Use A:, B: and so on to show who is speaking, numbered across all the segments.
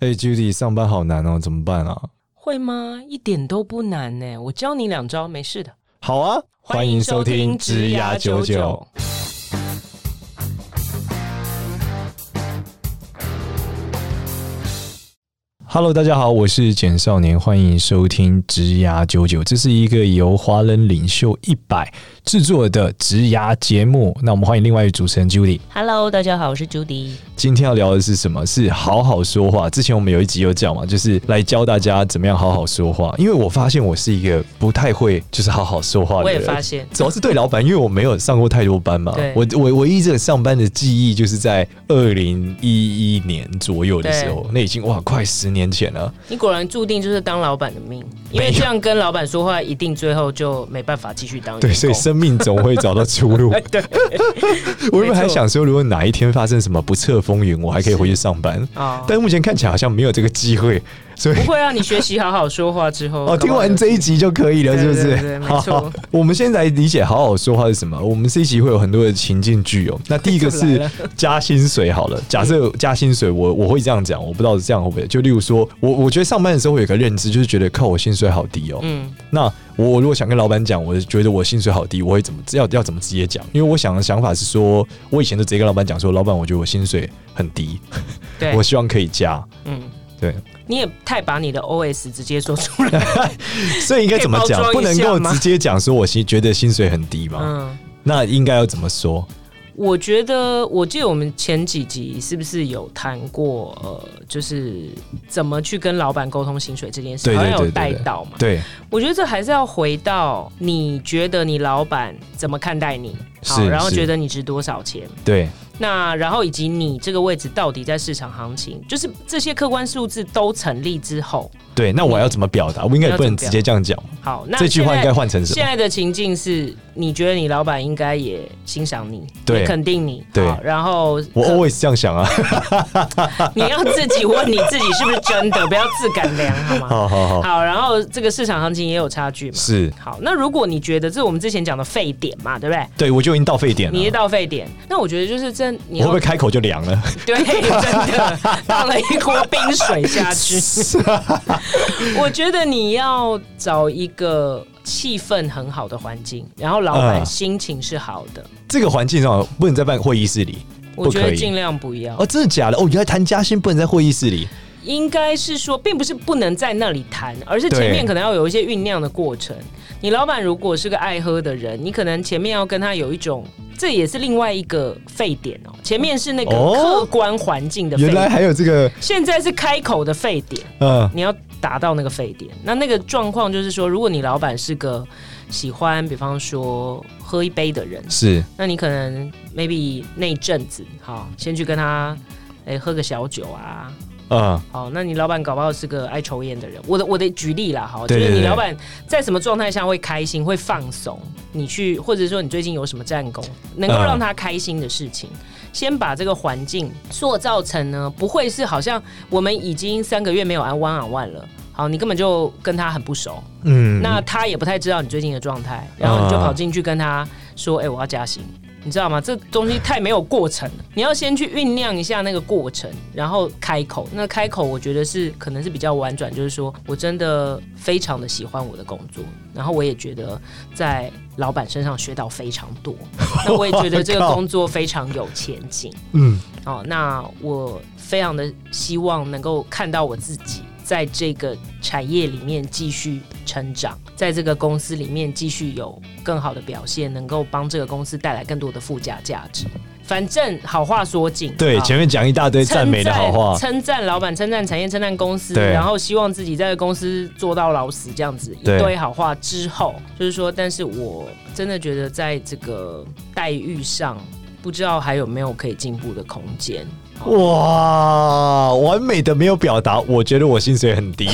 A: 哎、j u d y 上班好难哦，怎么办啊？
B: 会吗？一点都不难呢、我教你两招，没事的。
A: 好啊，欢迎收听《职涯九九》。Hello，大家好，我是简少年，欢迎收听《职涯九九》，这是一个由华人领袖一百制作的职涯节目。那我们欢迎另外一位主持人 Judy。
B: Hello，大家好，我是 Judy。
A: 今天要聊的是什么？是好好说话。之前我们有一集有讲嘛，就是来教大家怎么样好好说话。因为我发现我是一个不太会就是好好说话
B: 我
A: 的
B: 也
A: 人，
B: 发现，
A: 主要是哦对老板，因为我没有上过太多班嘛
B: 对。
A: 我我唯一这个上班的记忆就是在二零一一年左右的时候，那已经哇快十年前了。
B: 你果然注定就是当老板的命，因为这样跟老板说话，一定最后就没办法继续当员工。
A: 对，所以生命总会找到出 路。
B: 对
A: 我原本还
B: 没错
A: 想说，如果哪一天发生什么不测风云，我还可以回去上班。
B: 啊，
A: 但目前看起来好像没有这个机会，所以
B: 不会啊，你学习好好说话之后，
A: 哦，听
B: 搞不好
A: 完
B: 有
A: 这一集就可以了，是不是？
B: 对对对没错
A: 好。我们先来理解好好说话是什么。我们这一集会有很多的情境剧哦。那第一个
B: 又
A: 是
B: 来
A: 加薪水好了，假设加薪水我，我会这样讲，我不知道这样会不会。就例如说，我我觉得上班的时候会有一个认知，就是觉得靠我薪水好低哦。
B: 嗯，
A: 那我我如果想跟老板讲，我觉得我薪水好低，我会怎么要要怎么直接讲？因为我想的想法是说，我以前就直接跟老板讲说，老板，我觉得我薪水很低，
B: 对
A: 我，希望可以加。
B: 嗯，
A: 对，
B: 你也太把你的 OS 直接说出来，
A: 所以应该怎么讲
B: 可？以包
A: 不
B: 装一
A: 能
B: 下
A: 够
B: 吗
A: 直接讲说我薪觉得薪水很低嘛？
B: 嗯。
A: 那应该要怎么说？
B: 我觉得，我记得我们前几集是不是有谈过，呃，就是怎么去跟老板沟通薪水这件事，
A: 对
B: 好
A: 对
B: 像有
A: 对
B: 带
A: 对
B: 到嘛。
A: 对，
B: 我觉得这还是要回到你觉得你老板怎么看待你，好，
A: 是
B: 然后
A: 是
B: 觉得你值多少钱，
A: 对，
B: 那然后以及你这个位置到底在市场行情，就是这些客观数字都成立之后，
A: 对。那我要怎么表达？我应该也不能直接这样讲。
B: 好，嗯那
A: 这句话应
B: 现在
A: 该换成什
B: 现
A: 么？
B: 在的情境是，你觉得你老板应该也欣赏你，
A: 对
B: 也肯定你，
A: 对
B: 好然后
A: 我 always 这样想啊。
B: 你要自己问你自己是不是真的，不要自感量，好吗？
A: 好好好，
B: 好，然后这个市场行情也有差距嘛。
A: 哦是
B: 好，那如果你觉得这是我们之前讲的沸点嘛，对不对？
A: 对，我就已经到沸点了
B: 你。一到沸点，那我觉得就是真，你
A: 我会
B: 要
A: 不会开口就凉了？
B: 对，真的倒了一锅冰水下去。我觉得你要找一个气氛很好的环境，然后老板
A: 嗯
B: 心情是好的，
A: 这个环境上不能在办会议室里。
B: 我觉
A: 不
B: 得
A: 可以
B: 尽量不要。
A: 哦，真的假的？哦，原来谈加薪不能在会议室里。
B: 应该是说，并不是不能在那里谈，而是前面
A: 对
B: 可能要有一些酝酿的过程。你老板如果是个爱喝的人，你可能前面要跟他有一种，这也是另外一个沸点哦。前面是那个
A: 哦
B: 客观环境的沸
A: 原来
B: 点，
A: 还有这个，
B: 现在是开口的沸点，
A: 嗯，
B: 你要达到那个沸点。那那个状况就是说，如果你老板是个喜欢，比方说喝一杯的人，
A: 是
B: 那你可能 maybe 那一阵子，好，先去跟他。哎，喝个小酒啊，
A: 嗯，
B: 好，那你老板搞不好是个爱抽烟的人。我的我的举例啦，好，就
A: 对
B: 是
A: 对
B: 你
A: 对
B: 老板在什么状态下会开心、会放松，你去或者说你最近有什么战功，能够
A: 嗯
B: 让他开心的事情，先把这个环境塑造成呢，不会是好像我们已经三个月没有安 one on one 了。好，你根本就跟他很不熟，
A: 嗯，
B: 那他也不太知道你最近的状态，然后你就
A: 啊
B: 跑进去跟他说：“哎、我要加薪。”你知道吗？这东西太没有过程了。你要先去酝酿一下那个过程，然后开口。那开口，我觉得是可能是比较婉转，就是说我真的非常的喜欢我的工作，然后我也觉得在老板身上学到非常多，那我也觉得这个
A: 哇靠
B: 工作非常有前景。
A: 嗯，
B: 哦，那我非常的希望能够看到我自己在这个产业里面继续成长，在这个公司里面继续有更好的表现，能够帮这个公司带来更多的附加价值。反正好话说尽，
A: 对，
B: 啊
A: 前面讲一大堆
B: 称
A: 赞美的好话，
B: 赞称赞老板，称赞产业，称赞公司，
A: 对
B: 然后希望自己在公司做到老死这样子一
A: 对
B: 堆好话之后，就是说，但是我真的觉得在这个待遇上，不知道还有没有可以进步的空间。
A: 哇，完美的没有表达，我觉得我薪水 很低，
B: 就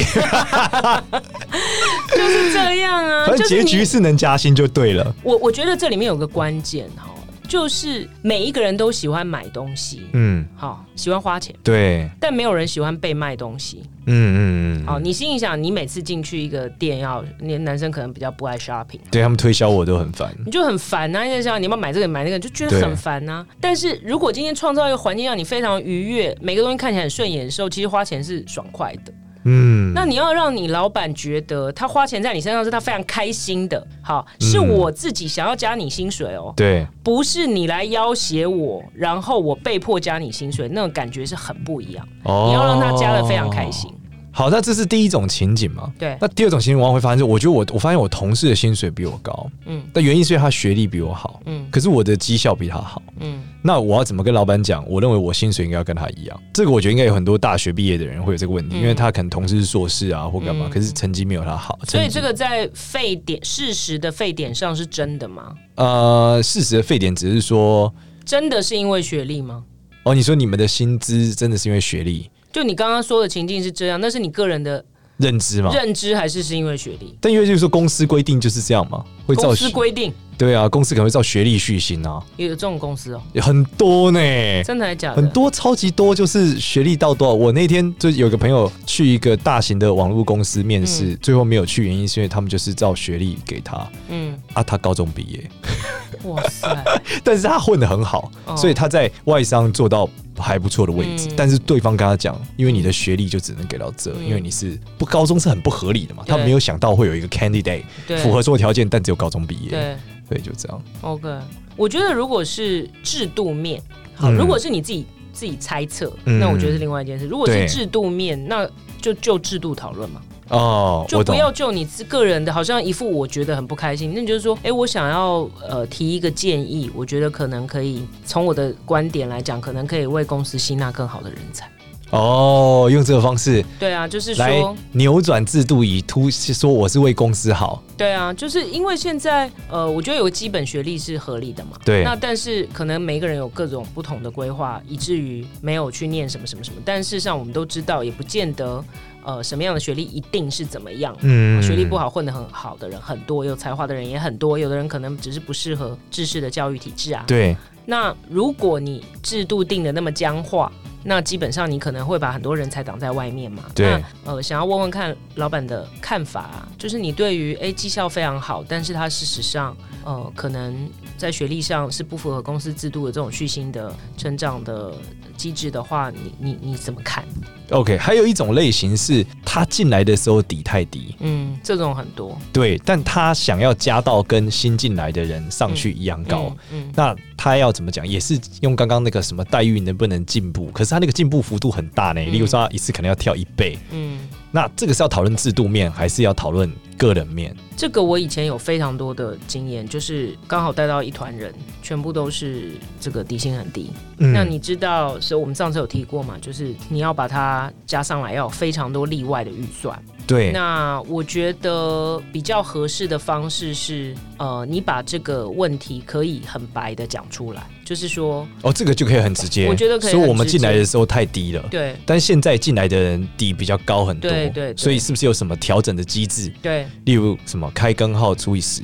B: 是这样啊，
A: 反
B: 就
A: 正
B: 是
A: 结
B: 啊哦你
A: 局是能加薪就对了。
B: 我我觉得这里面有个关键哈，就是每一个人都喜欢买东西，
A: 嗯，
B: 好、喜欢花钱，
A: 对，
B: 但没有人喜欢被卖东西。
A: 嗯嗯嗯，
B: 好、你心里想，你每次进去一个店要，你男生可能比较不爱 shopping。
A: 对他们推销我都很烦，
B: 你就很烦呐、啊，在想你要不要买这个买那个，就觉得很烦呐、但是如果今天创造一个环境让你非常愉悦，每个东西看起来很顺眼的时候，其实花钱是爽快的。
A: 嗯，
B: 那你要让你老板觉得他花钱在你身上是他非常开心的，好，
A: 嗯
B: 是我自己想要加你薪水哦，
A: 对，
B: 不是你来要挟我，然后我被迫加你薪水，那种感觉是很不一样。
A: 哦
B: 你要让他加的非常开。心，
A: 好，那这是第一种情景嘛？
B: 对
A: 那第二种情景，往往会发现是，我觉得我我发现我同事的薪水比我高，
B: 嗯
A: 但原因是因为他学历比我好，
B: 嗯
A: 可是我的绩效比他好。
B: 嗯，
A: 那我要怎么跟老板讲？我认为我薪水应该要跟他一样。这个我觉得应该有很多大学毕业的人会有这个问题，
B: 嗯
A: 因为他可能同事是硕士啊或干嘛，
B: 嗯
A: 可是成绩没有他好。
B: 所以
A: 成绩
B: 这个在沸点事实的沸点上是真的吗？
A: 呃，事实的沸点只是说，
B: 真的是因为学历吗？
A: 哦，你说你们的薪资真的是因为学历
B: 就你刚刚说的情境是这样，那是你个人的
A: 认知吗？
B: 认知，还是是因为学历？
A: 但因为就是说公司规定就是这样嘛，会照
B: 公司规定
A: 对啊，公司可能会照学历续薪啊，
B: 有这种公司哦，
A: 很多呢。
B: 真的还假的？
A: 哎很多超级多，就是学历到多少。我那天就有个朋友去一个大型的网络公司面试，最后没有去，原因是因为他们就是照学历给他
B: 嗯，
A: 啊，他高中毕业，
B: 哇塞，
A: 但是他混得很好，
B: 哦
A: 所以他在外商做到还不错的位置。
B: 嗯
A: 但是对方跟他讲，因为你的学历就只能给到这，
B: 嗯
A: 因为你是不高中是很不合理的嘛。他
B: 对
A: 没有想到会有一个 candidate
B: 对，
A: 符合所有条件，但只有高中毕业，
B: 对
A: 对，就这样。
B: ，OK。我觉得如果是制度面，好，
A: 嗯
B: 如果是你自己自己猜测，
A: 嗯
B: 那我觉得是另外一件事。如果
A: 对
B: 是制度面，那就就制度讨论嘛，
A: 哦，
B: 就
A: 我
B: 不
A: 懂。
B: 要就你自个人的，好像一副我觉得很不开心。那你就是说，哎、我想要呃提一个建议，我觉得可能可以从我的观点来讲，可能可以为公司吸纳更好的人才。
A: 哦，用这个方式
B: 对啊，就是
A: 来
B: 说，
A: 扭转制度，以突说我是为公司好。
B: 对啊，就是因为现在呃，我觉得有个基本学历是合理的嘛。
A: 对
B: 那但是可能每个人有各种不同的规划，以至于没有去念什么什么什么。但事实上，我们都知道，也不见得呃什么样的学历一定是怎么样。
A: 嗯
B: 学历不好混得很好的人很多，有才华的人也很多，有的人可能只是不适合制式的教育体制啊。
A: 对，
B: 那如果你制度定的那么僵化，那基本上你可能会把很多人才挡在外面嘛。
A: 对
B: 那呃，想要问问看老板的看法、啊，就是你对于诶绩效非常好，但是他事实上呃可能在学历上是不符合公司制度的这种续薪的成长的机制的话，你你你怎么看？
A: OK，还有一种类型是他进来的时候底太低，
B: 嗯，这种很多
A: 对，但他想要加到跟新进来的人上去一样高。，
B: 嗯，嗯
A: 那他要怎么讲？也是用刚刚那个什么待遇能不能进步？可是他那个进步幅度很大呢，
B: 嗯
A: 例如说他一次可能要跳一倍。
B: 嗯
A: 那这个是要讨论制度面，还是要讨论个人面？
B: 这个我以前有非常多的经验，就是刚好带到一团人，全部都是这个底薪很低，
A: 嗯
B: 那你知道，所以我们上次有提过嘛，就是你要把它加上来，要有非常多例外的预算。
A: 对，
B: 那我觉得比较合适的方式是，呃，你把这个问题可以很白的讲出来，就是说，
A: 哦，这个就可以很直接。
B: 我觉得可以
A: 所以
B: 很
A: 我们
B: 直
A: 进来
B: 接
A: 的时候太低了。
B: 对
A: 但现在进来的人底比较高很多，
B: 对对对
A: 所以是不是有什么调整的机制？
B: 对，
A: 例如什么开根号除以 十，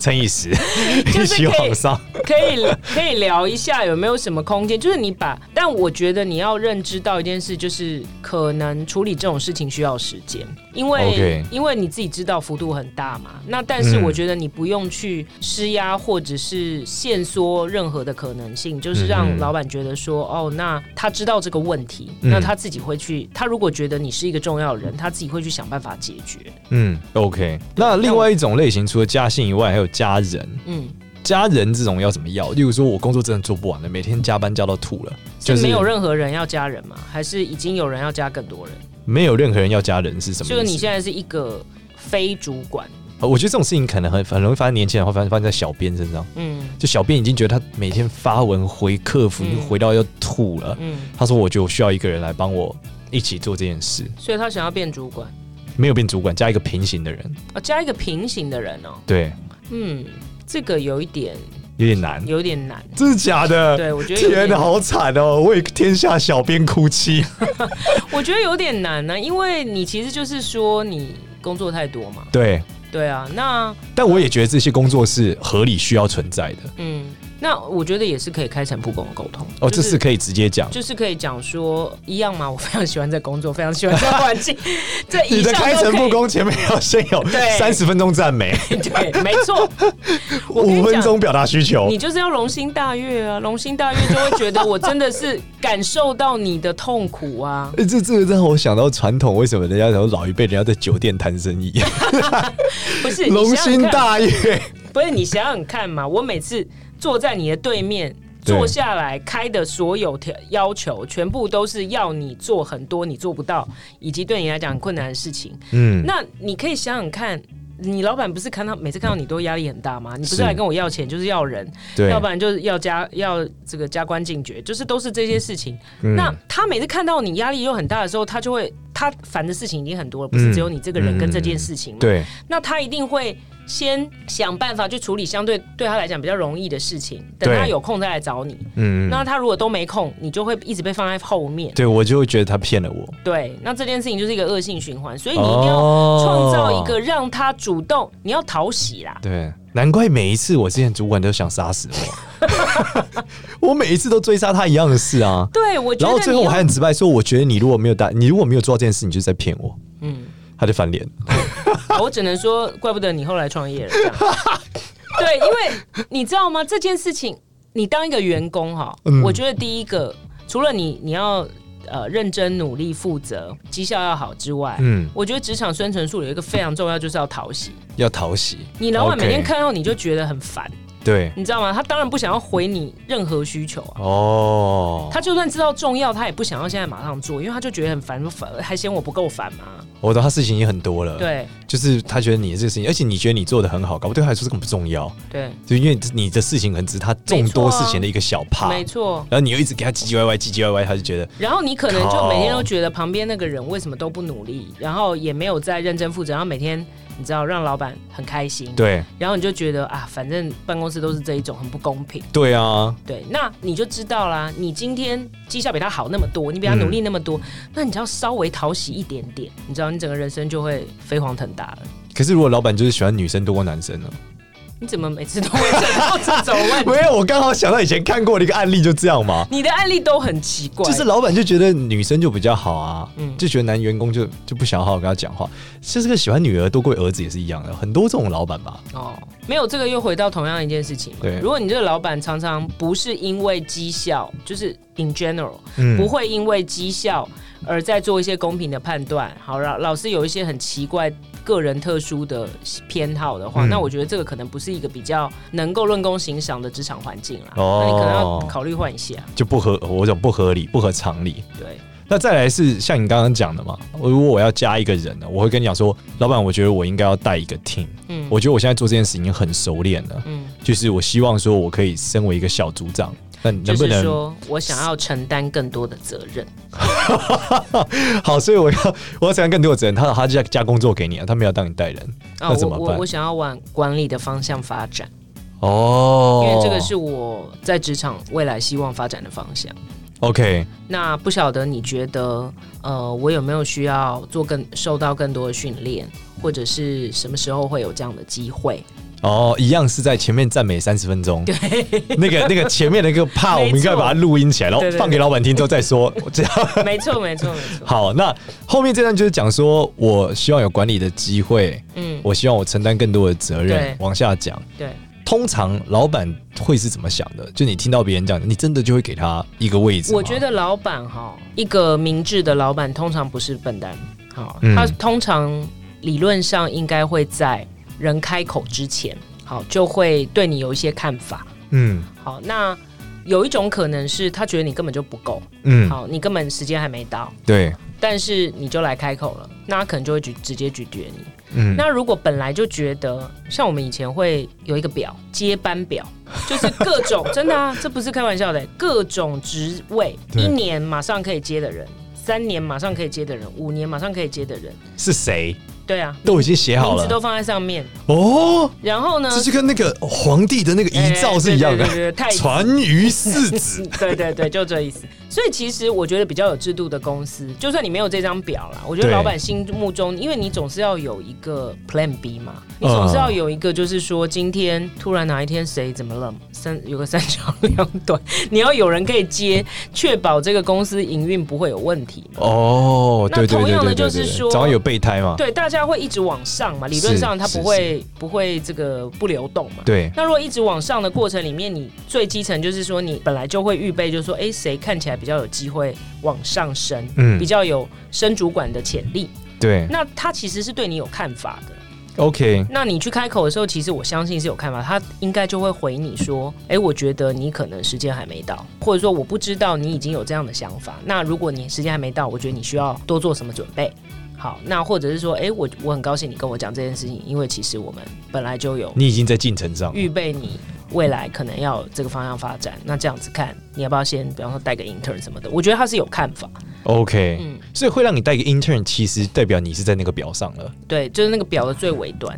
A: 乘以十，
B: 就
A: 一
B: 是可以
A: 起往上。
B: 可以可以聊一下有没有什么空间，就是你把，但我觉得你要认知到一件事，就是可能处理这种事情需要时间，因为
A: OK
B: 因为你自己知道幅度很大嘛。那但是
A: 嗯
B: 我觉得你不用去施压或者是限缩任何的可能性，就是
A: 嗯
B: 让
A: 嗯
B: 老板觉得说，哦，那他知道这个问题，
A: 嗯
B: 那他自己会去，他如果觉得你是一个重要的人，他自己会去想办法解决。
A: 嗯，OK。那另外一种类型，除了家信以外，还有家人。
B: 嗯，
A: 家人这种要怎么要？例如说，我工作真的做不完了，每天加班加到吐了，就是是
B: 没有任何人要加人吗？还是已经有人要加更多人？
A: 没有任何人要家人是什么意思？
B: 就是你现在是一个非主管，
A: 呃我觉得这种事情可能很很容易发生年轻人，会发生发生在小编身上。
B: 嗯
A: 就小编已经觉得他每天发文回客服，已经
B: 嗯
A: 回到要吐了。
B: 嗯，
A: 他说：“我觉得我需要一个人来帮我一起做这件事。
B: 所以他想要变主管，”
A: 没有变主管，加一个平行的人，
B: 啊，加一个平行的人哦，
A: 对，
B: 嗯，这个有一点
A: 有点难。
B: 有点难，
A: 真的假的？
B: 对我觉得有
A: 天
B: 点
A: 哪，，好惨哦！为天下小编哭泣。
B: 我觉得有点难呢、因为你其实就是说你工作太多嘛，
A: 对，
B: 对啊，那
A: 但我也觉得这些工作是合理需要存在的。
B: 嗯那我觉得也是可以开诚布公的沟通。
A: 哦，这
B: 就
A: 是可以直接讲。
B: 就是可以讲说一样嘛，我非常喜欢这工作，非常喜欢这环 境，这
A: 你
B: 一
A: 的
B: 项
A: 开
B: 都
A: 诚
B: 可
A: 布
B: 以。
A: 公前面要先有
B: 对
A: 三十分钟赞美，
B: 对，没错，我跟
A: 五
B: 你
A: 分
B: 讲，
A: 钟表达需求
B: 你。就是要龙心大悦啊！龙心大悦就会觉得我真的是感受到你的痛苦 啊！
A: 欸这这个让我想到传统，为什么人家说老一辈人要在酒店谈生意，
B: 不是 你
A: 龙
B: 想想
A: 心
B: 看
A: 大悦。
B: 不是你想想看嘛，我每次坐在你的对面。
A: 对
B: 坐下来开的所有条要求，全部都是要你做很多你做不到，以及对你来讲很困难的事情。
A: 嗯，
B: 那你可以想想看，你老板不是看到每次看到你都压力很大吗？你不
A: 是
B: 是来跟我要钱，就是要人，
A: 对，
B: 要不然就是要加要这个加官进爵，就是都是这些事情。
A: 嗯
B: 那他每次看到你压力又很大的时候，他就会他烦的事情已经很多了，不是只有你这个人跟这件事情嘛？
A: 嗯对，
B: 那他一定会先想办法去处理相对对他来讲比较容易的事情，等他
A: 对
B: 有空再来找你。
A: 嗯，
B: 那他如果都没空，你就会一直被放在后面。
A: 对我就会觉得他骗了我。
B: 对，那这件事情就是一个恶性循环，所以
A: 你
B: 你一定要
A: 哦
B: 创造一个让他主动，你要讨喜啦。
A: 对，难怪每一次我之前主管都想杀死我， 我每一次都追杀他一样的事啊。
B: 对，我觉
A: 然
B: 得
A: 后最后
B: 你
A: 我
B: 要
A: 还很直白说，我觉得你如果没有答，你如果没有做到这件事，你就是在骗我。
B: 嗯，
A: 他就翻脸，
B: 好我只能说，怪不得你后来创业了。 这样对，因为你知道吗？这件事情，你当一个员工哈，
A: 嗯
B: 我觉得第一个，除了你你要呃认真努力、负责、绩效要好之外，
A: 嗯，
B: 我觉得职场生存术有一个非常重要，就是要讨喜。
A: 要讨喜。
B: 你老板每天
A: OK，
B: 看到你就觉得很烦，
A: 对，
B: 你知道吗？他当然不想要回你任何需求啊。
A: 哦，
B: 他就算知道重要，他也不想要现在马上做，因为他就觉得很烦，烦还嫌我不够烦嘛。
A: 我懂，他事情已经很多了，，
B: 对
A: 就是他觉得你的这个事情，而且你觉得你做的很好，搞不好对他来说这根本不重要，
B: 对，
A: 就因为你的事情可能只是他众多
B: 啊
A: 事情的一个小帕，
B: 没错。
A: 然后你又一直给他唧唧歪歪，唧唧歪歪，他就觉得
B: 然后你可能就每天都觉得旁边那个人为什么都不努力，然后也没有在认真负责，然后每天你知道让老板很开心，
A: 对
B: 然后你就觉得啊，反正办公室都是这一种，很不公平。
A: 对啊，
B: 对，那你就知道啦，你今天绩效比他好那么多，你比他努力那么多，那你只要稍微讨喜一点点，你知道你整个人生就会飞黄腾达了。
A: 可是如果老板就是喜欢女生多过男生呢？
B: 你怎么每次都会想到这种问 题？
A: 没有，我刚好想到以前看过的一个案例，就这样嘛。
B: 你的案例都很奇怪，
A: 就是老板就觉得女生就比较好啊，
B: 嗯
A: 就觉得男员工就就不想好好跟他讲话。其实这个喜欢女儿多过儿子也是一样的，很多这种老板吧。
B: 哦，没有这个又回到同样一件事情嘛。
A: 对
B: 如果你这个老板常常不是因为绩效，就是 in general、
A: 嗯
B: 不会因为绩效而在做一些公平的判断，好老老是有一些很奇怪个人特殊的偏好的话，
A: 嗯
B: 那我觉得这个可能不是一个比较能够论功行赏的职场环境啦。
A: 哦
B: 那你可能要考虑换一下。
A: 就不合，我讲不合理，不合常理。
B: 对，
A: 那再来是像你刚刚讲的嘛，我如果我要加一个人呢，我会跟你讲说，老板，我觉得我应该要带一个 team，
B: 嗯
A: 我觉得我现在做这件事已经很熟练了，
B: 嗯，
A: 就是我希望说我可以身为一个小组长，那你
B: 就
A: 能不
B: 是
A: 能
B: 说我想要承担更多的责任。
A: 好，所以我要 我要承担更多的责任。他他加加工作给你啊，他没有当你带人
B: 啊
A: 那怎么
B: 我我
A: 办
B: 我想要往管理的方向发展。
A: 哦
B: 因为这个是我在职场未来希望发展的方向。
A: OK，
B: 那不晓得你觉得，呃，我有没有需要做更受到更多的训练，或者是什么时候会有这样的机会？
A: 哦，一样是在前面赞美三十分钟，对， 那个那个前面那个怕，我
B: 没错
A: 们应该把它录音起来，然后
B: 对对对
A: 放给老板听之后再说。我这样
B: 没错，没错，没错。
A: 好，那后面这段就是讲说我希望有管理的机会，
B: 嗯，
A: 我希望我承担更多的责任
B: 对。
A: 往下讲，
B: 对，
A: 通常老板会是怎么想的？就你听到别人讲，你真的就会给他一个位置吗？
B: 我觉得老板哈，一个明智的老板通常不是笨蛋，好，
A: 嗯
B: 他通常理论上应该会在人开口之前，好，就会对你有一些看法。
A: 嗯
B: 好，那有一种可能是他觉得你根本就不够，
A: 嗯，
B: 好，你根本时间还没到，
A: 对，
B: 但是你就来开口了，那他可能就会拒直接拒绝你。
A: 嗯，
B: 那如果本来就觉得，像我们以前会有一个表，接班表，就是各种真的啊，这不是开玩笑的， 各种职位，
A: 对
B: 一年马上可以接的人，三年马上可以接的人，五年马上可以接的人，
A: 是谁
B: 对啊，
A: 都已经写好
B: 名字
A: 了
B: 都放在上面。
A: 哦。
B: 然后呢，
A: 这就跟那个皇帝的那个遗
B: 哎
A: 诏是一样的啊
B: 对对对对，太
A: 传于世子。
B: 嗯对对对，就这意思。所以其实我觉得比较有制度的公司，就算你没有这张表啦，我觉得
A: 对
B: 老板心目中，因为你总是要有一个 Plan B 嘛，
A: 嗯
B: 你总是要有一个，就是说今天突然哪一天谁怎么了，三有个三长两短，你要有人可以接，确保这个公司营运不会有问题嘛。
A: 哦，
B: 那
A: 对对
B: 同
A: 对
B: 样
A: 对
B: 的
A: 对
B: 就是
A: 对对，
B: 说
A: 早晚有备胎嘛，
B: 对，大家会一直往上嘛，理论
A: 啊是
B: 上它
A: 是
B: 不会不会这个不流动嘛。
A: 对
B: 那如果一直往上的过程里面，你最基层就是说，你本来就会预备，就是说，哎、谁看起来比较有机会往上升，
A: 嗯
B: 比较有升主管的潜力，
A: 对
B: 那他其实是对你有看法的。
A: ，OK，
B: 那你去开口的时候，其实我相信是有看法，他应该就会回你说，哎、我觉得你可能时间还没到，或者说我不知道你已经有这样的想法。那如果你时间还没到，我觉得你需要多做什么准备。好，那或者是说，哎、我我很高兴你跟我讲这件事情，因为其实我们本来就有
A: 你已经在进程上了，
B: 预备你未来可能要有这个方向发展。那这样子看，你要不要先，比方说带个 intern 什么的？我觉得他是有看法，
A: OK，、
B: 嗯
A: 所以会让你带一个 intern，其实代表你是在那个表上了。
B: 对，就是那个表的最尾端。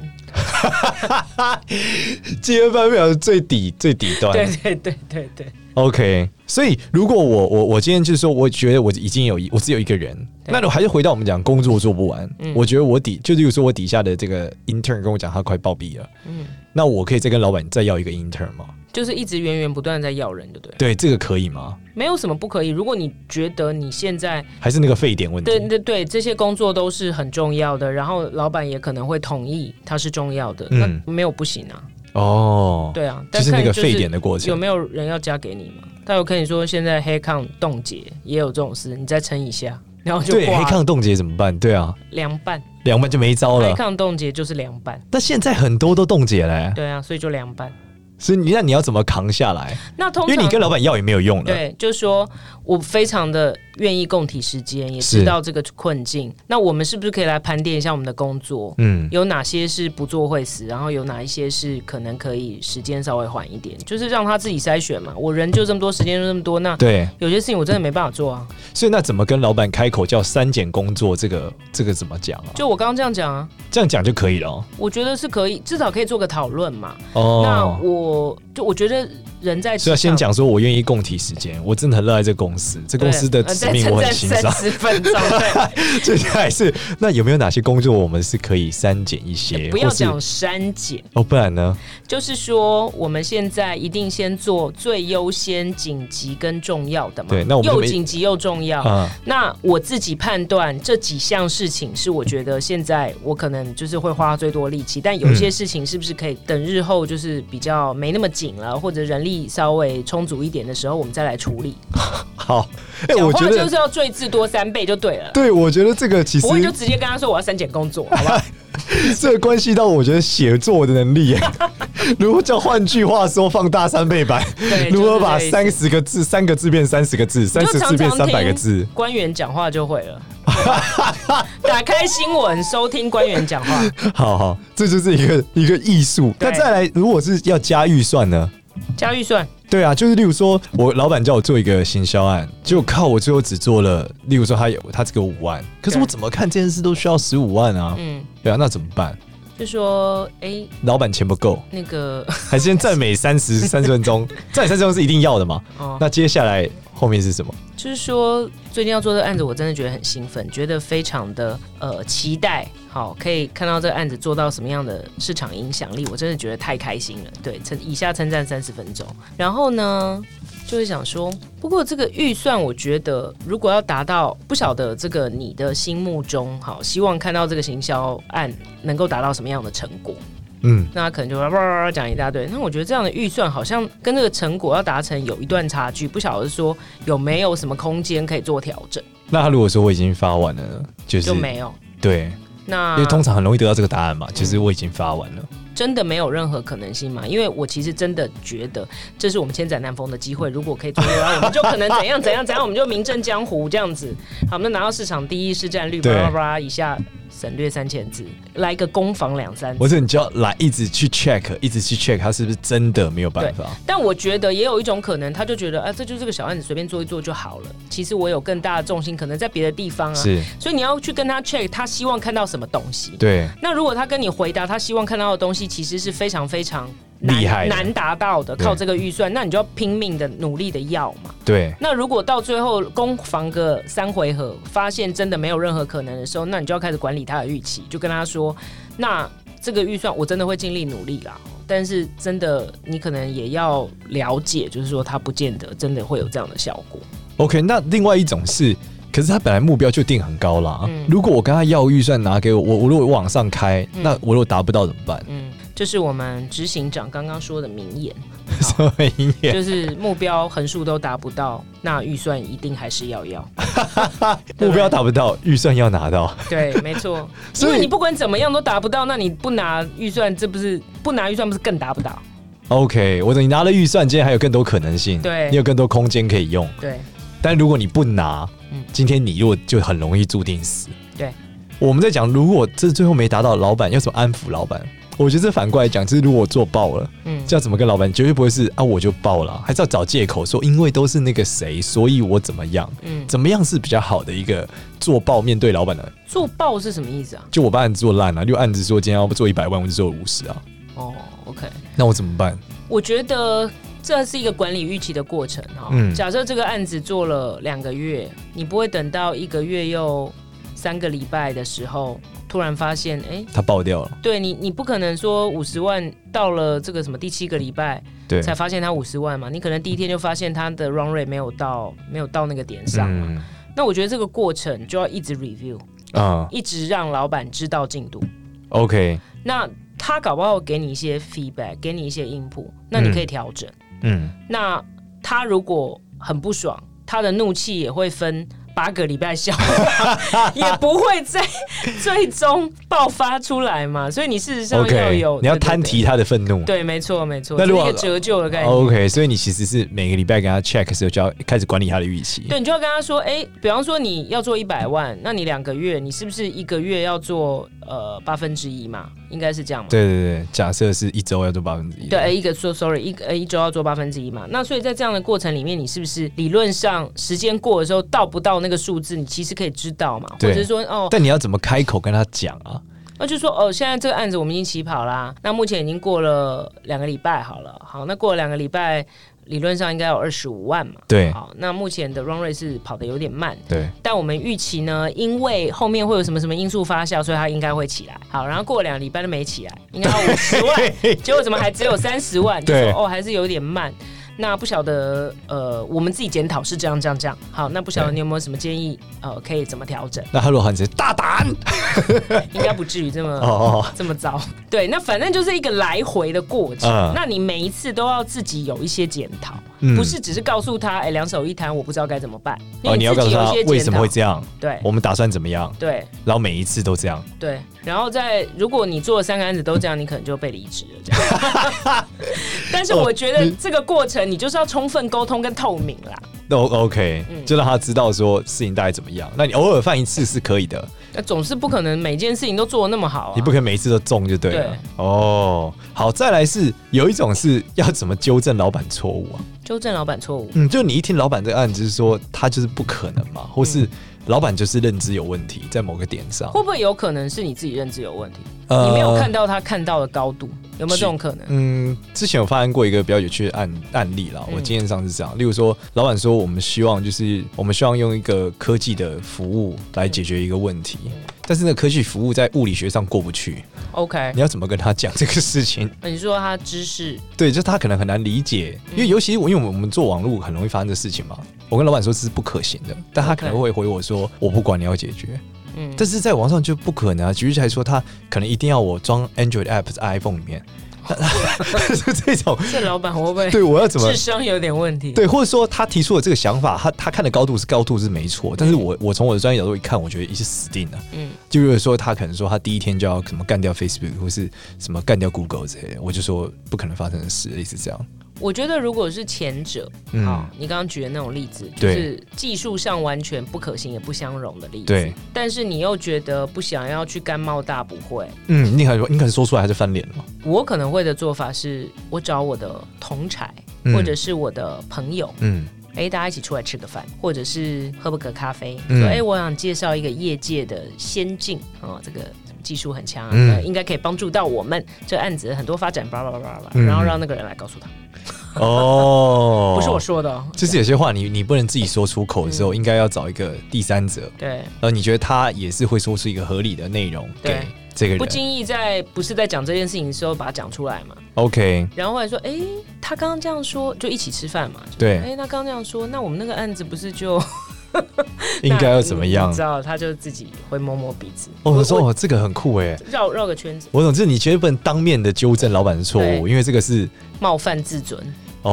A: 积分班表最底最底端。
B: 对对对对对，
A: OK，所以如果我我我今天就是说，我觉得我已经有一我只有一个人，
B: 对
A: 那我还是回到我们讲工作做不完。
B: 嗯
A: 我觉得我底就例如说我底下的这个 intern 跟我讲他快暴毙了，
B: 嗯，
A: 那我可以再跟老板再要一个 intern 吗？
B: 就是一直源源不断地在要人，对不对？
A: 对，这个可以吗？
B: 没有什么不可以。如果你觉得你现在
A: 还是那个沸点问题？
B: 对对对这些工作都是很重要的，然后老板也可能会同意它是重要的，
A: 嗯
B: 那没有不行啊。
A: 哦，
B: 对啊，
A: 就
B: 但
A: 是
B: 看
A: 那个
B: 就是
A: 沸点的过程。
B: 有没有人要加给你嘛？他有跟你说现在黑抗冻结也有这种事，你再撑一下，然后就
A: 对，
B: 挂
A: 黑
B: 了
A: 抗冻结怎么办？对啊，
B: 凉拌，
A: 凉拌就没招
B: 黑
A: 了。
B: 抗冻结就是凉 拌，
A: 但现在很多都冻结嘞、
B: 啊对啊，所以就凉拌。
A: 所以你那你要怎么扛下来？
B: 那通
A: 因为你
B: 常
A: 跟老板要也没有用了。
B: 对，就是说我非常的愿意共体时间，也
A: 是
B: 知道这个困境。那我们是不是可以来盘点一下我们的工作？
A: 嗯，
B: 有哪些是不做会死，然后有哪一些是可能可以时间稍微缓一点，就是让他自己筛选嘛。我人就这么多，时间就这么多，那
A: 对，
B: 有些事情我真的没办法做啊。
A: 所以那怎么跟老板开口叫删减工作？这个这个怎么讲啊？
B: 就我刚刚这样讲啊，
A: 这样讲就可以了哦。
B: 我觉得是可以，至少可以做个讨论嘛。那
A: 哦，
B: 我就我觉得人在职
A: 所以
B: 场
A: 要先讲说我愿意共体时间，我真的很热爱这公司，这
B: 对
A: 公司的
B: 呃
A: 使命我很欣赏。
B: 十分钟，对，
A: 接下来是那有没有哪些工作我们是可以删减一 些，
B: 不要
A: 或是
B: 讲删减，
A: 哦，不然呢？
B: 就是说我们现在一定先做最优先、紧急跟重要的嘛。
A: 对那我们就
B: 又
A: 没
B: 紧急又重要。
A: 啊、
B: 那我自己判断这几项事情是我觉得现在我可能就是会花最多力气，但有一些事情是不是可以等日后就是比较没那么紧了，或者人力稍微充足一点的时候，我们再来处理。
A: 好，哎、
B: 讲
A: 我觉
B: 话就
A: 得
B: 是要最至多三倍就对了。
A: 对，我觉得这个其实
B: 不会就直接跟他说我要删减工作，好吧？
A: 这关系到我觉得写作的能 力耶。如果叫换句话说，放大三倍版，
B: 对
A: 如何把
B: 就是这个
A: 三
B: 意
A: 十个字、三个字变三十个字，三
B: 就
A: 十
B: 常
A: 字
B: 常
A: 变
B: 听
A: 三百个字？
B: 官员讲话就会了。 打开新闻，收听官员讲话，
A: 好好，这就是一个一个艺术。
B: 对
A: 那再来，如果是要加预算呢？
B: 加预算，
A: 对啊，就是例如说，我老板叫我做一个行销案，结果靠我最后只做了，例如说他有他只给我五万，可是
B: 对
A: 我怎么看这件事都需要十五万啊？
B: 嗯，
A: 对啊，那怎么办？
B: 就说哎、诶
A: 老板钱不够，
B: 那个
A: 还先赞美三 十三十分钟，赞美三十分钟是一定要的嘛？
B: 哦，
A: 那接下来后面是什么？
B: 就是说最近要做这个案子，我真的觉得很兴奋，觉得非常的呃期待。好，可以看到这个案子做到什么样的市场影响力，我真的觉得太开心了。对，称以下称赞三十分钟。然后呢，就是想说，不过这个预算，我觉得如果要达到，不晓得这个你的心目中，好，希望看到这个行销案能够达到什么样的成果。
A: 嗯，
B: 那他可能就叭叭叭叭讲一大堆。那我觉得这样的预算好像跟这个成果要达成有一段差距，不晓得说有没有什么空间可以做调整，
A: 那他如果说我已经发完了呢，就是啊
B: 就没有。
A: 对，
B: 那
A: 因为通常很容易得到这个答案嘛，就是我已经发完了。
B: 真的没有任何可能性嘛？因为我其实真的觉得这是我们千载难逢的机会，如果可以做到，我们就可能怎样怎样怎样，我们就名震江湖这样子。好，我们就拿到市场第一市占率，叭
A: 对
B: 叭叭以下省略三千字，来个攻防两三
A: 或者你就要来一直去 check，一直去 check，他是不是真的没有办法？
B: 但我觉得也有一种可能，他就觉得啊，这就是个小案子，随便做一做就好了。其实我有更大的重心，可能在别的地方啊。
A: 是，
B: 所以你要去跟他 check，他希望看到什么东西。
A: 对，
B: 那如果他跟你回答他希望看到的东西，其实是非常非常难
A: 厉害的
B: 难达到的，
A: 对
B: 靠这个预算，那你就要拼命的努力的要嘛。
A: 对，
B: 那如果到最后攻防个三回合，发现真的没有任何可能的时候，那你就要开始管理他的预期，就跟他说，那这个预算我真的会尽力努力啦。哦但是真的，你可能也要了解，就是说他不见得真的会有这样的效果。
A: OK，那另外一种是，可是他本来目标就定很高啦。
B: 嗯
A: 如果我跟他要预算拿给我，我我如果往上开，
B: 嗯
A: 那我如果达不到怎么办？
B: 嗯，这是我们执行长刚刚说的名 言，
A: 什么音乐？
B: 就是目标横数都达不到，那预算一定还是 要要。对
A: 目标达不到，预算要拿到。
B: 对，没错，因
A: 所以
B: 为你不管怎么样都达不到，那你不拿预算，这不是不拿预算不是更达不到？
A: OK，我等你拿了预算，今天还有更多可能性，
B: 对
A: 你有更多空间可以用。
B: 对，
A: 但如果你不拿，
B: 嗯
A: 今天你如果就很容易注定死。
B: 对，
A: 我们在讲，如果这最后没达到，老板要怎么安抚老板？我觉得这反过来讲，就是如果我做爆了，
B: 嗯，
A: 这要怎么跟老板？绝对不会是啊，我就爆了，还是要找借口说，因为都是那个谁，所以我怎么样？
B: 嗯，
A: 怎么样是比较好的一个做爆面对老板的？
B: 做爆是什么意思啊？
A: 就我把案子做烂了、就案子说今天要做一百万，我就做五十啊，
B: 哦，OK，
A: 那我怎么办？
B: 我觉得这是一个管理预期的过程哦哈、
A: 嗯
B: 假设这个案子做了两个月，你不会等到一个月又三个礼拜的时候，突然发现，哎、
A: 他爆掉了，
B: 对你，你不可能说五十万到了这个什么第七个礼拜
A: 对，
B: 才发现他五十万嘛？你可能第一天就发现他的 run rate 没有到，没有到那个点上嘛。
A: 嗯
B: 那我觉得这个过程就要一直 review，
A: 啊、
B: 一直让老板知道进度。
A: o k
B: 那他搞不好给你一些 feedback，给你一些 input，那你可以调整。
A: 嗯，
B: 那他如果很不爽，他的怒气也会分八个礼拜消化， 也不会在 最终爆发出来嘛。所以你事实上要
A: OK，
B: 有
A: 你要
B: 对对
A: 摊
B: 对
A: 提他的愤怒。
B: 对，没错，没错，
A: 那
B: 这
A: 如
B: 是一
A: 果
B: 个折旧的概念。
A: 哦 OK，所以你其实是每个礼拜给他 check 的时候就要开始管理他的预期。
B: 对，你就要跟他说，哎、比方说你要做一百万，那你两个月，你是不是一个月要做呃八分之一嘛？应该是这样嘛？
A: 对对对，假设是一周要做八分之一。
B: 对，哎一个说 sorry，一个呃一周要做八分之一嘛。那所以在这样的过程里面，你是不是理论上时间过的时候到不到那个数字，你其实可以知道嘛？或
A: 对
B: 者是说哦，
A: 但你要怎么开口跟他讲啊？
B: 那就说哦，现在这个案子我们已经起跑啦，那目前已经过了两个礼拜好了，好，那过了两个礼拜，理论上应该有二十五万嘛。
A: 对
B: 好，那目前的 run rate 是跑的有点慢，
A: 对，
B: 但我们预期呢，因为后面会有什么什么因素发酵，所以它应该会起来。好，然后过两个礼拜都没起来，应该要五十万，结果怎么还只有三十万？就
A: 对
B: 说哦，还是有点慢。那不晓得呃，我们自己检讨是这样这样这样。好，那不晓得
A: 对
B: 你有没有什么建议？呃，可以怎么调整？
A: 那他如果喊成大胆，
B: 应该不至于这么。
A: 哦哦，
B: 这么糟，对，那反正就是一个来回的过程。
A: 嗯
B: 那你每一次都要自己有一些检讨，
A: 嗯
B: 不是只是告诉他，哎、两手一摊，我不知道该怎么办。
A: 哦，你要
B: 自
A: 告
B: 己
A: 诉
B: 有一
A: 他
B: 些
A: 为
B: 检
A: 什么
B: 讨
A: 会这样，
B: 对
A: 我们打算怎么样，
B: 对
A: 然后每一次都这样。
B: 对，然后在如果你做了三个案子都这样，你可能就被离职了。这样， 但
A: 哦
B: 是我觉得这个过程你就是要充分沟通跟透明啦。
A: 那 OK，
B: 嗯
A: 就让他知道说事情大概怎么样。那你偶尔犯一次是可以的，
B: 那总是不可能每件事情都做的那么好、啊，
A: 你不可以每一次都中就对了
B: 对。
A: 哦，好，再来是有一种是要怎么纠正老板错误啊？
B: 纠正老板错误。
A: 嗯，就你一听老板这个案子，就是说他就是不可能
B: 嗯
A: 嘛，或是老板就是认知有问题，在某个点上，
B: 会不会有可能是你自己认知有问题？
A: 呃
B: 你没有看到他看到的高度，有没有这种可能？
A: 嗯，之前有发生过一个比较有趣的案案例啦，
B: 嗯
A: 我经验上是这样，例如说，老板说我们希望就是我们希望用一个科技的服务来解决一个问
B: 嗯
A: 题，但是那个科技服务在物理学上过不去，
B: OK，呃
A: 你要怎么跟他讲这个事 情？
B: 你说他知识，
A: 对，就他可能很难理解，
B: 嗯
A: 因为尤其我因为我们我们做网络很容易发生这事情嘛，我跟老板说这是不可行的，但他可能
B: OK
A: 会回我说我不管你要解决，
B: 嗯，
A: 但是在网上就不可能啊。举例来说，他可能一定要我装 Android app 在 iPhone 里面，
B: 哦
A: 是 这种。
B: 这老板会不会
A: 对，我要怎么
B: 智商有点问题？
A: 对，或者说他提出的这个想法，他他看的高度是高度是没错，但是我我从我的专业角度一看，我觉得一是死定了。
B: 嗯，
A: 就比如说他可能说他第一天就要什么干掉 Facebook 或是什么干掉 Google 这些，我就说不可能发生的事，类似这样。
B: 我觉得如果是前者，
A: 嗯
B: 啊、你刚刚举的那种例子，就
A: 对
B: 是技术上完全不可行也不相容的例子，
A: 对，
B: 但是你又觉得不想要去甘冒大不会，
A: 嗯，你可能说你可能说出来还是翻脸了嘛？
B: 我可能会的做法是，我找我的同才
A: 嗯
B: 或者是我的朋友，
A: 嗯
B: 哎、大家一起出来吃个饭，或者是喝不个咖啡，
A: 嗯
B: 说哎、诶我想介绍一个业界的先进啊、哦这个什么技术很强、啊，
A: 嗯
B: 呃应该可以帮助到我们这案子很多发展，巴拉巴拉巴
A: 嗯
B: 拉，然后让那个人来告诉他，
A: 哦，
B: 不是我说的、哦，
A: 就是有些话你你不能自己说出口的时
B: 嗯
A: 候，应该要找一个第三者，
B: 对，
A: 然后你觉得他也是会说出一个合理的内容
B: 对
A: 给这个
B: 不
A: 人。
B: 经意在不是在讲这件事情的时候把它讲出来嘛，
A: OK，
B: 然后后来说，哎，他刚刚这样说，就一起吃饭嘛，
A: 对，
B: 哎，他刚刚这样说，那我们那个案子不是就
A: 应该要怎么
B: 那
A: 样
B: 你知？道，他就自己会摸摸鼻子，
A: 哦，我说哦，这个很酷哎，
B: 绕绕个圈子，
A: 我总之你绝对不能当面的纠正老板的错误，
B: 对
A: 因为这个是
B: 冒犯自尊，
A: 哦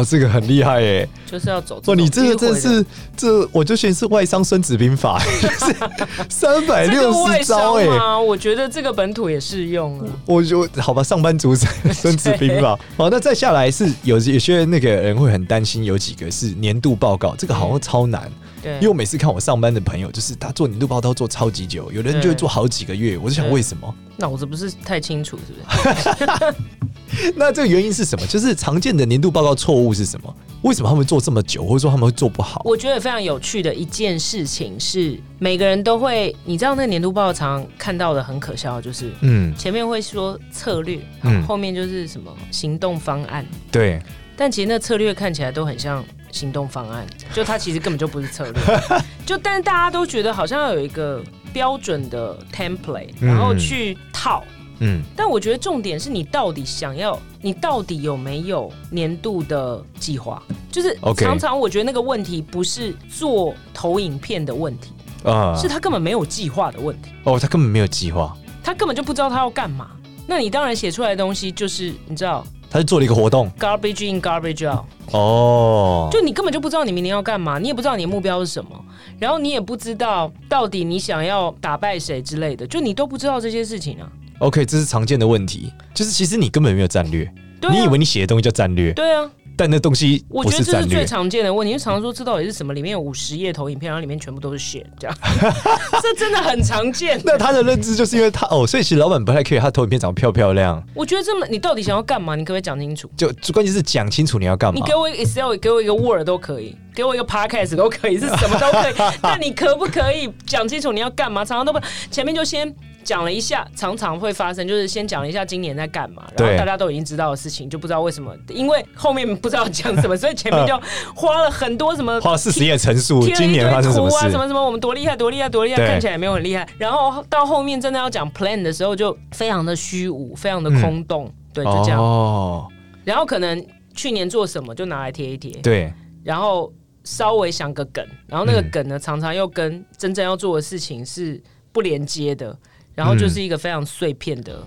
A: 哦，这个很厉害哎。
B: 就是要走
A: 哇，
B: 种
A: 你这个
B: 迂回
A: 真
B: 的
A: 是这，我就嫌是外商《孙子兵法》 就是三百
B: 这
A: 六
B: 个外
A: 十招
B: 商
A: 哎、
B: 吗？我觉得这个本土也适用啊。
A: 我就好吧，上班族是 孙子兵法。好，那再下来是有有些那个人会很担心，有几个是年度报告，这个好像超难，
B: 对，
A: 因为我每次看我上班的朋友，就是他做年度报告做超级久，有的人就会做好几个月，我就想
B: 对
A: 为什么？
B: 脑子不是太清楚，是不是？
A: 那这个原因是什么？就是常见的年度报告错误是什么？为什么他们做这么久，或者说他们会做不好？
B: 我觉得非常有趣的一件事情是，每个人都会，你知道那个年度报告常看到的很可笑，的就是
A: 嗯，
B: 前面会说策略，
A: 嗯
B: 后面就是什么行动方案，
A: 对，
B: 但其实那策略看起来都很像行动方案，就它其实根本就不是策略， 就但是大家都觉得好像要有一个标准的 template，然后
A: 嗯
B: 去套。
A: 嗯，
B: 但我觉得重点是你到底想要，你到底有没有年度的计划？就是
A: OK
B: 常常我觉得那个问题不是做投影片的问题，
A: 啊、
B: 是他根本没有计划的问题，
A: 哦，他根本没有计划。
B: 他根本就不知道他要干嘛。那你当然写出来的东西就是你知道
A: 他是做了一个活动
B: garbage in garbage out，
A: 哦，
B: 就你根本就不知道你明年要干嘛，你也不知道你的目标是什么，然后你也不知道到底你想要打败谁之类的，就你都不知道这些事情啊。
A: OK，这是常见的问题，就是其实你根本没有战略，
B: 对啊
A: 你以为你写的东西叫战略，
B: 对啊，
A: 但那东西
B: 我
A: 不
B: 觉
A: 是
B: 得这
A: 战
B: 是最
A: 略。
B: 常见的问题，就常说这到底是什么？里面有五十页投影片，然后里面全部都是 shit，这样，这真的很常见。
A: 那他的认知就是因为他哦，所以其实老板不太 care 他投影片长得漂不漂亮，
B: 我觉得这么，你到底想要干嘛？你可不可以讲清楚？
A: 就关键是讲清楚你要干
B: 你
A: 嘛
B: 给。我一个 Excel，给我一个 Word 都可以，给我一个 Podcast 都可以，是什么都 可以。但你可不可以讲清楚你要干嘛？常常都不前面就先讲了一下，常常会发生，就是先讲了一下今年在干嘛，然
A: 对
B: 后大家都已经知道的事情，就不知道为什么，因为后面不知道讲 什么，所以前面就花了很多什么
A: 花了四十页陈述
B: 贴了
A: 今
B: 一堆
A: 年发生什
B: 图
A: 么
B: 啊，什
A: 事，
B: 么什么，我们多厉害，多厉害，多厉害，
A: 对
B: 看起来也没有很厉害。然后到后面真的要讲 plan 的时候，就非常的虚无，非常的空洞，对，就这
A: 嗯
B: 样。
A: 哦，
B: 然后可能去年做什么就拿来贴一贴，
A: 对，
B: 然后稍微想个梗，然后那个
A: 嗯
B: 梗呢，常常又跟真正要做的事情是不连接的，然后就是一个非常碎片的，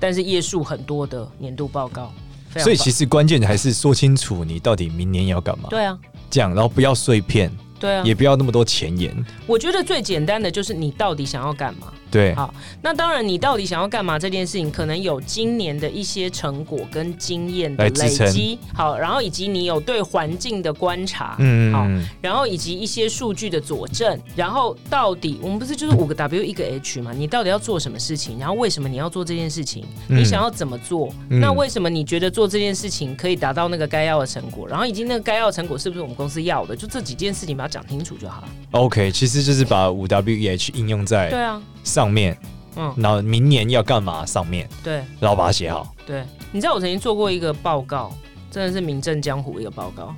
B: 但是页数很多的年度报告。非常
A: 所以
B: 棒
A: 其实关键还是说清楚你到底明年要干嘛，
B: 对啊，
A: 这样，然后不要碎片，
B: 对啊，
A: 也不要那么多前言，
B: 我觉得最简单的就是你到底想要干嘛。
A: 对，
B: 好，那当然，你到底想要干嘛这件事情，可能有今年的一些成果跟经验的
A: 来支
B: 累
A: 撑
B: 积，好，然后以及你有对环境的观察，好，
A: 嗯，
B: 然后以及一些数据的佐证，然后到底我们不是就是五个 W 一个 H 嘛？你到底要做什么事情？然后为什么你要做这件事情？
A: 嗯
B: 你想要怎么做？
A: 嗯
B: 那为什么你觉得做这件事情可以达到那个该要的成果？然后以及那个该要的成果是不是我们公司要的？就这几件事情把它讲清楚就好了。
A: OK，其实就是把五 W E H 应用在
B: 对啊，
A: 上面，
B: 嗯，
A: 然后明年要干嘛上面，
B: 对。
A: 然后把它写好。
B: 对，你知道我曾经做过一个报告，真的是名震江湖一个报告，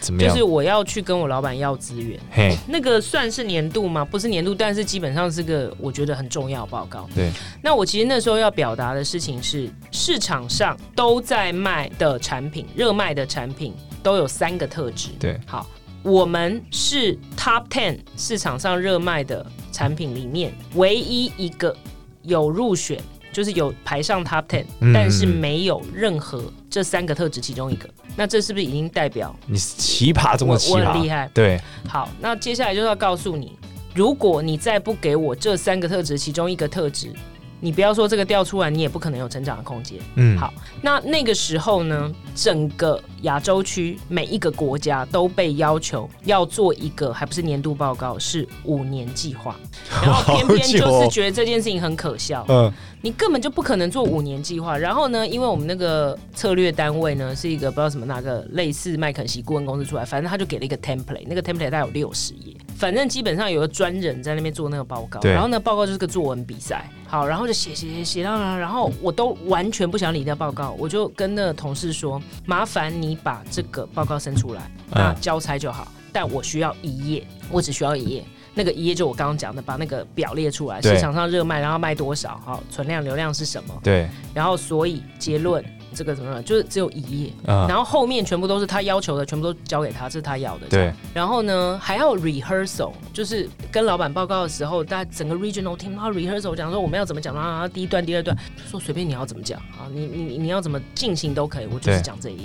A: 怎么
B: 就
A: 样？
B: 是我要去跟我老板要资源，
A: 嘿，
B: 那个算是年度吗？不是年度，但是基本上是个我觉得很重要的报告。
A: 对，
B: 那我其实那时候要表达的事情是，市场上都在卖的产品，热卖的产品都有三个特质。
A: 对，
B: 好，我们是 Top Ten 市场上热卖的产品里面唯一一个有入选，就是有排上 Top Ten，、
A: 嗯
B: 但是没有任何这三个特质其中一个。那这是不是已经代表
A: 你是奇葩中
B: 我
A: 的奇
B: 我很厉
A: 葩，
B: 害？
A: 对，
B: 好，那接下来就是要告诉你，如果你再不给我这三个特质其中一个特质，你不要说这个调出来，你也不可能有成长的空间。
A: 嗯，
B: 好那那个时候呢，整个亚洲区每一个国家都被要求要做一个，还不是年度报告，是五年计划。然后偏偏 就
A: 好
B: 是
A: 久哦
B: 觉得这件事情很可笑，
A: 嗯，
B: 你根本就不可能做五年计划。然后呢，因为我们那个策略单位呢是一个不知道什么哪个类似麦肯锡顾问公司出来，反正他就给了一个 template，那个 template 大概有六十页，反正基本上有个专人在那边做那个报告，
A: 对
B: 然后那个报告就是个作文比赛。好，然后就写写写写到了，然后我都完全不想理那报告，我就跟那个同事说：“麻烦你把这个报告生出来，那
A: 嗯
B: 交差就好。但我需要一页，我只需要一页。那个一页就我刚刚讲的，把那个表列出来，
A: 对
B: 市场上热卖，然后卖多少，好，存量流量是什么，
A: 对，
B: 然后所以结论这个怎么样，就是只有一页。
A: 啊、
B: 然后后面全部都是他要求的，全部都交给他，这是他要的。
A: 对，
B: 然后呢，还要 rehearsal，就是跟老板报告的时候，大家整个 regional team 他 rehearsal 讲说我们要怎么讲啊，然后第一段、第二段，就说随便你要怎么讲啊，你你你你要怎么进行都可以，我就是
A: 对
B: 讲这一页。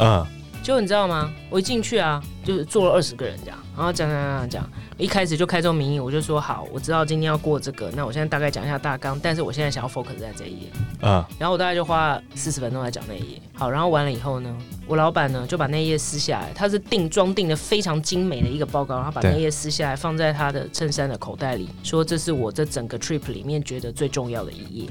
A: 嗯，
B: 结果你知道吗？我一进去啊，就是坐了二十个人这样，然后讲讲讲讲讲，一开始就开宗明义，我就说好，我知道今天要过这个，那我现在大概讲一下大纲，但是我现在想要 focus 在这一页。
A: 嗯，
B: 然后我大概就花四十分钟来讲那一页。好，然后完了以后呢，我老板呢就把那一页撕下来，他是定装订的非常精美的一个报告，然后把
A: 对
B: 那一页撕下来放在他的衬衫的口袋里，说这是我这整个 trip 里面觉得最重要的一页。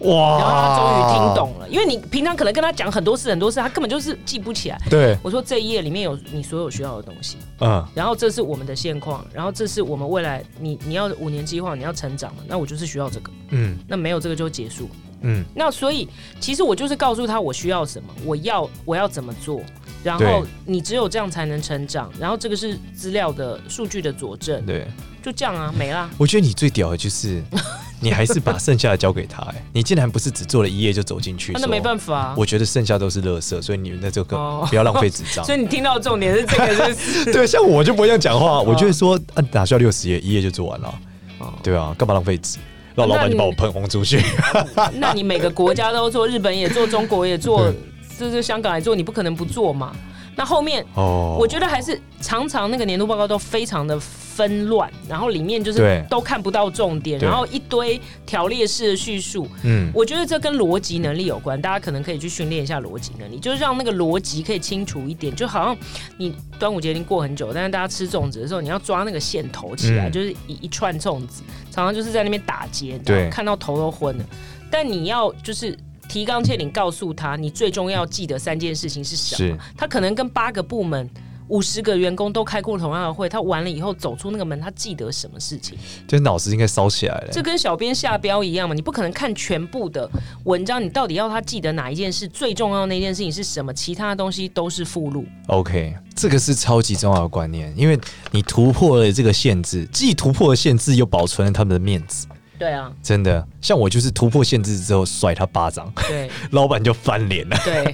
A: 哇
B: 然后他终于听，懂了，因为你平常可能跟他讲很多事很多事，他根本就是记不起来。
A: 对，
B: 我说这一页里面有你所有需要的东西，
A: 嗯，
B: 然后这是我们的现况，然后这是我们未来你你要五年计划你要成长的，那我就是需要这个，
A: 嗯，
B: 那没有这个就结束。
A: 嗯，
B: 那所以其实我就是告诉他我需要什么，我要我要怎么做，然
A: 对
B: 后你只有这样才能成长，然后这个是资料的数据的佐证，
A: 对，
B: 就这样啊，没啦。
A: 我觉得你最屌的就是， 你还是把剩下的交给他、哎，你竟然不是只做了一页就走进去，
B: 啊那
A: 说
B: 没办法啊，
A: 我觉得剩下都是垃圾，所以你那这个
B: 哦
A: 不要浪费纸张。
B: 所以你听到的重点是这个，就是
A: 对，像我就不会这样讲话，我就会说啊，哪需要六十页，一页就做完了。
B: 哦啊
A: 对啊，干嘛浪费纸？让老板就把我喷轰出去。
B: 那你每个国家都做，日本也做，中国也做，就是香港也做，你不可能不做嘛。那后面
A: 哦，
B: 我觉得还是常常那个年度报告都非常的纷乱，然后里面就
A: 对
B: 是都看不到重点，
A: 对
B: 然后一堆条列式的叙述。
A: 嗯，
B: 我觉得这跟逻辑能力有关，大家可能可以去训练一下逻辑能力，就是让那个逻辑可以清楚一点。就好像你端午节已经过很久，但是大家吃粽子的时候，你要抓那个线头起来，
A: 嗯
B: 就是一一串粽子，常常就是在那边打结，
A: 对
B: 然后看到头都昏了。但你要就是提纲挈领告诉他，你最重要记得三件事情是什么
A: 是。
B: 他可能跟八个部门。五十个员工都开过同样的会，他完了以后走出那个门，他记得什么事情？
A: 这脑子应该烧起来了。欸
B: 这跟小编下标一样嘛，你不可能看全部的文章，你到底要他记得哪一件事最重要的那件事情是什么，其他的东西都是附录。
A: OK，这个是超级重要的观念，因为你突破了这个限制，既突破了限制，又保存了他们的面子。
B: 对啊，
A: 真的，像我就是突破限制之后甩他巴掌，
B: 对
A: 老板就翻脸了。
B: 对，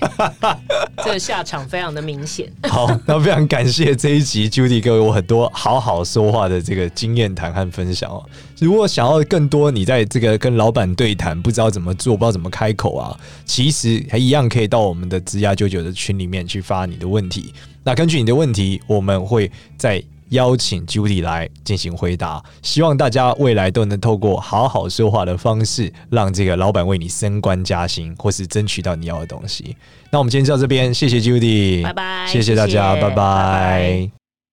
B: 这个下场非常的明显。
A: 好，那非常感谢这一集 Judy 给我很多好好说话的这个经验谈和分享哦。如果想要更多你在这个跟老板对谈，不知道怎么做，不知道怎么开口啊，其实还一样可以到我们的职涯九九的群里面去发你的问题。那根据你的问题，我们会再邀请 Judy 来进行回答。希望大家未来都能透过好好说话的方式，让这个老板为你升官加薪，或是争取到你要的东西。那我们今天就到这边，谢谢 Judy，
B: 拜拜
A: 谢谢大家，
B: 谢谢
A: 拜拜。
B: 拜拜